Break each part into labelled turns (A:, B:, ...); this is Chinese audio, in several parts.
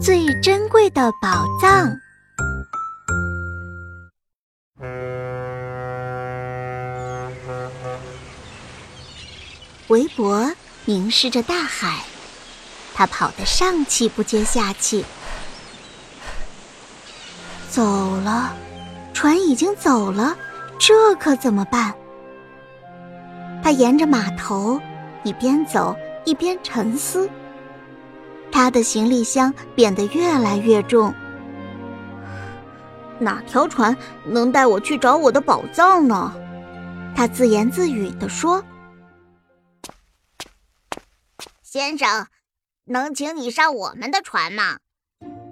A: 最珍贵的宝藏。韦伯凝视着大海，他跑得上气不接下气。走了，船已经走了，这可怎么办？他沿着码头一边走一边沉思。他的行李箱变得越来越 重。哪条船能带我去找我的宝藏呢？他自言自语地说：“
B: 先生，能请你上我们的船吗？”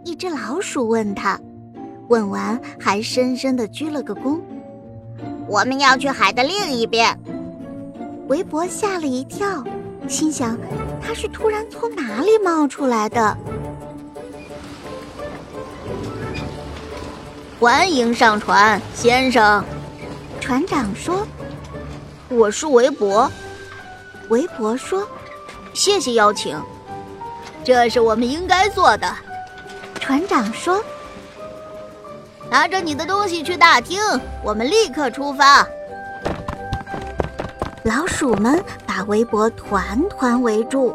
A: 一只老鼠问他，问完还深深地鞠了个躬。
B: 我们要去海的另一边。
A: 韦伯吓了一跳，心想：他是突然从哪里冒出来的？
C: 欢迎上船，先生。
A: 船长说
C: 我是韦伯，：“
A: 韦伯说，
C: 谢谢邀请。这是我们应该做的。
A: 船长说，
C: 拿着你的东西去大厅，我们立刻出发。
A: 老鼠们把韦伯团团围住。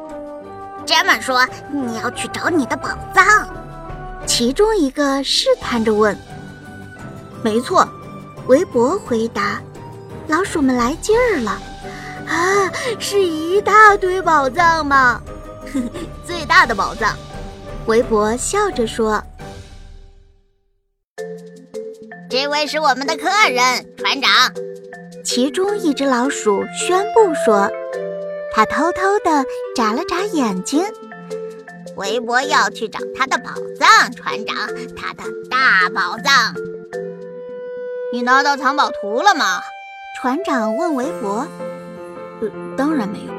B: 这么说，你要去找你的宝藏？
A: 其中一个试探着问
C: 没错，：“
A: 韦伯回答，老鼠们来劲儿了，啊，是一大堆宝藏吗？”
C: 最大的宝藏。
A: 韦伯笑着说
B: 这位是我们的客人，船长。：“
A: 其中一只老鼠宣布说，它偷偷地眨了眨眼睛。
B: 韦伯要去找他的宝藏，船长，他的大宝藏。
C: 你拿到藏宝图了吗？
A: 船长问呃韦伯
C: 当然没有，：“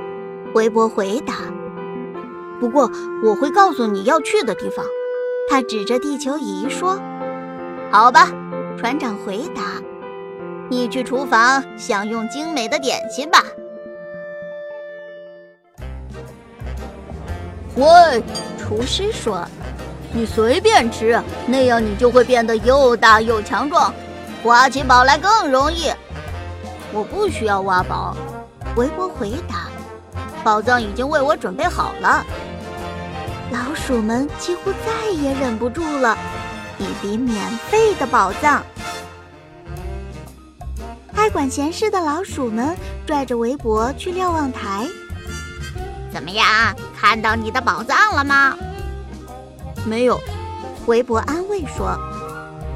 A: 韦伯回答。”
C: 不过我会告诉你要去的地方。
A: 他指着地球仪说
C: 好吧，：“
A: 船长回答。
C: 你去厨房享用精美的点心吧。喂，”
A: 厨师说
C: 你随便吃，那样你就会变得又大又强壮，挖起宝来更容易。我不需要挖宝，：“
A: 韦伯回答。
C: 宝藏已经为我准备好了。”
A: 老鼠们几乎再也忍不住了，一笔免费的宝藏。爱管闲事的老鼠们拽着韦伯去瞭望台，
B: 怎么样？看到你的宝藏了吗？
C: 没有，
A: 韦伯安慰说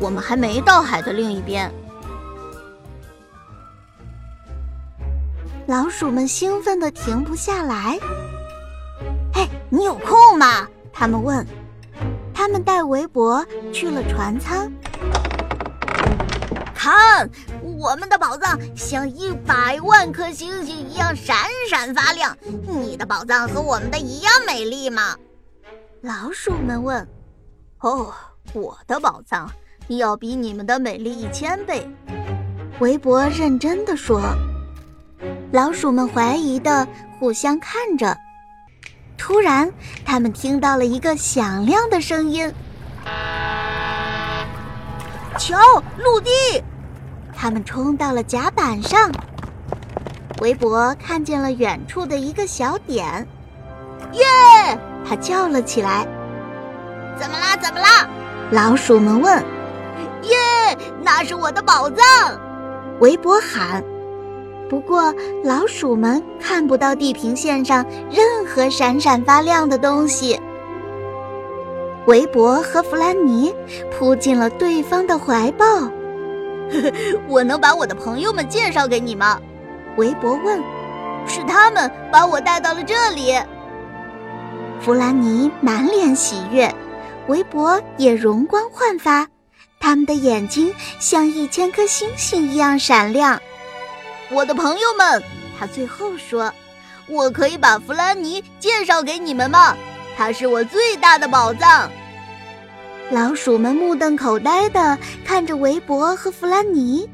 C: 我们还没到海的另一边。：“
A: 老鼠们兴奋的停不下来。
B: 哎，你有空吗？”
A: 他们问，他们带韦伯去了船舱。
B: 看，我们的宝藏像一百万颗星星一样闪闪发亮。你的宝藏和我们的一样美丽吗？
A: 老鼠们问
C: 哦，我的宝藏要比你们的美丽一千倍。
A: 韦伯，认真的说。老鼠们怀疑的互相看着。突然，他们听到了一个响亮的声音。
C: 瞧，陆地！
A: 他们冲到了甲板上。韦伯看见了远处的一个小点，耶！他叫了起来。
B: 怎么啦？怎么啦？
A: 老鼠们问，
C: 那是我的宝藏。
A: 韦伯喊。不过，老鼠们看不到地平线上任何闪闪发亮的东西。韦伯和弗兰尼扑进了对方的怀抱。
C: 我能把我的朋友们介绍给你吗？
A: 韦伯问
C: 是他们把我带到了这里。
A: 弗兰尼满脸喜悦，韦伯也容光焕发，他们的眼睛像一千颗星星一样闪亮。
C: 我的朋友们，
A: 他最后说
C: 我可以把弗兰尼介绍给你们吗？他是我最大的宝藏。：“
A: 老鼠们目瞪口呆地看着韦伯和弗兰尼。”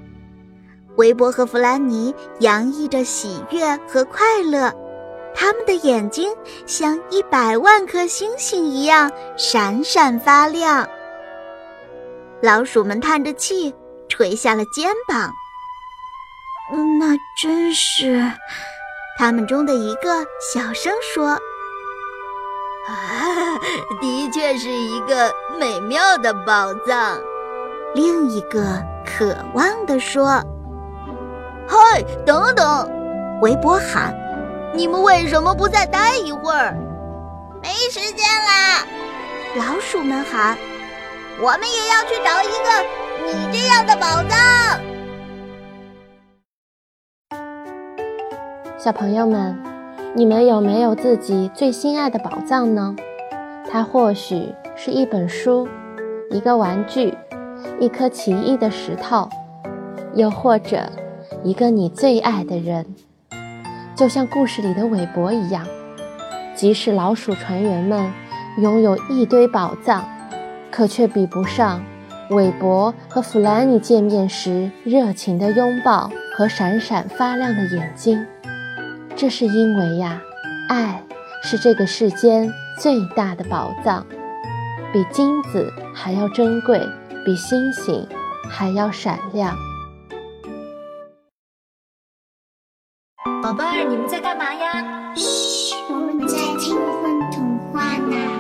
A: 韦伯和弗兰尼洋溢着喜悦和快乐，它们的眼睛像一百万颗星星一样闪闪发亮。老鼠们叹着气，垂下了肩膀。嗯
D: 那真是……
A: 他们中的一个小声说：“
C: 啊，的确是一个美妙的宝藏。”
A: 另一个渴望地说：“
C: 嗨，等等！”
A: 韦伯喊：“
C: 你们为什么不再待一会儿？”“
B: 没时间啦！”
A: 老鼠们喊：“
B: 我们也要去找一个你这样的宝藏。”
E: 小朋友们，你们有没有自己最心爱的宝藏呢？它或许是一本书、一个玩具、一颗奇异的石头，又或者一个你最爱的人。就像故事里的韦伯一样，即使老鼠船员们拥有一堆宝藏，可却比不上韦伯和弗兰尼见面时热情的拥抱和闪闪发亮的眼睛。这是因为呀，爱是这个世间最大的宝藏，比金子还要珍贵，比星星还要闪亮。
F: 宝贝儿，你们在干嘛呀？
D: 嘘，我们在听风童话呢。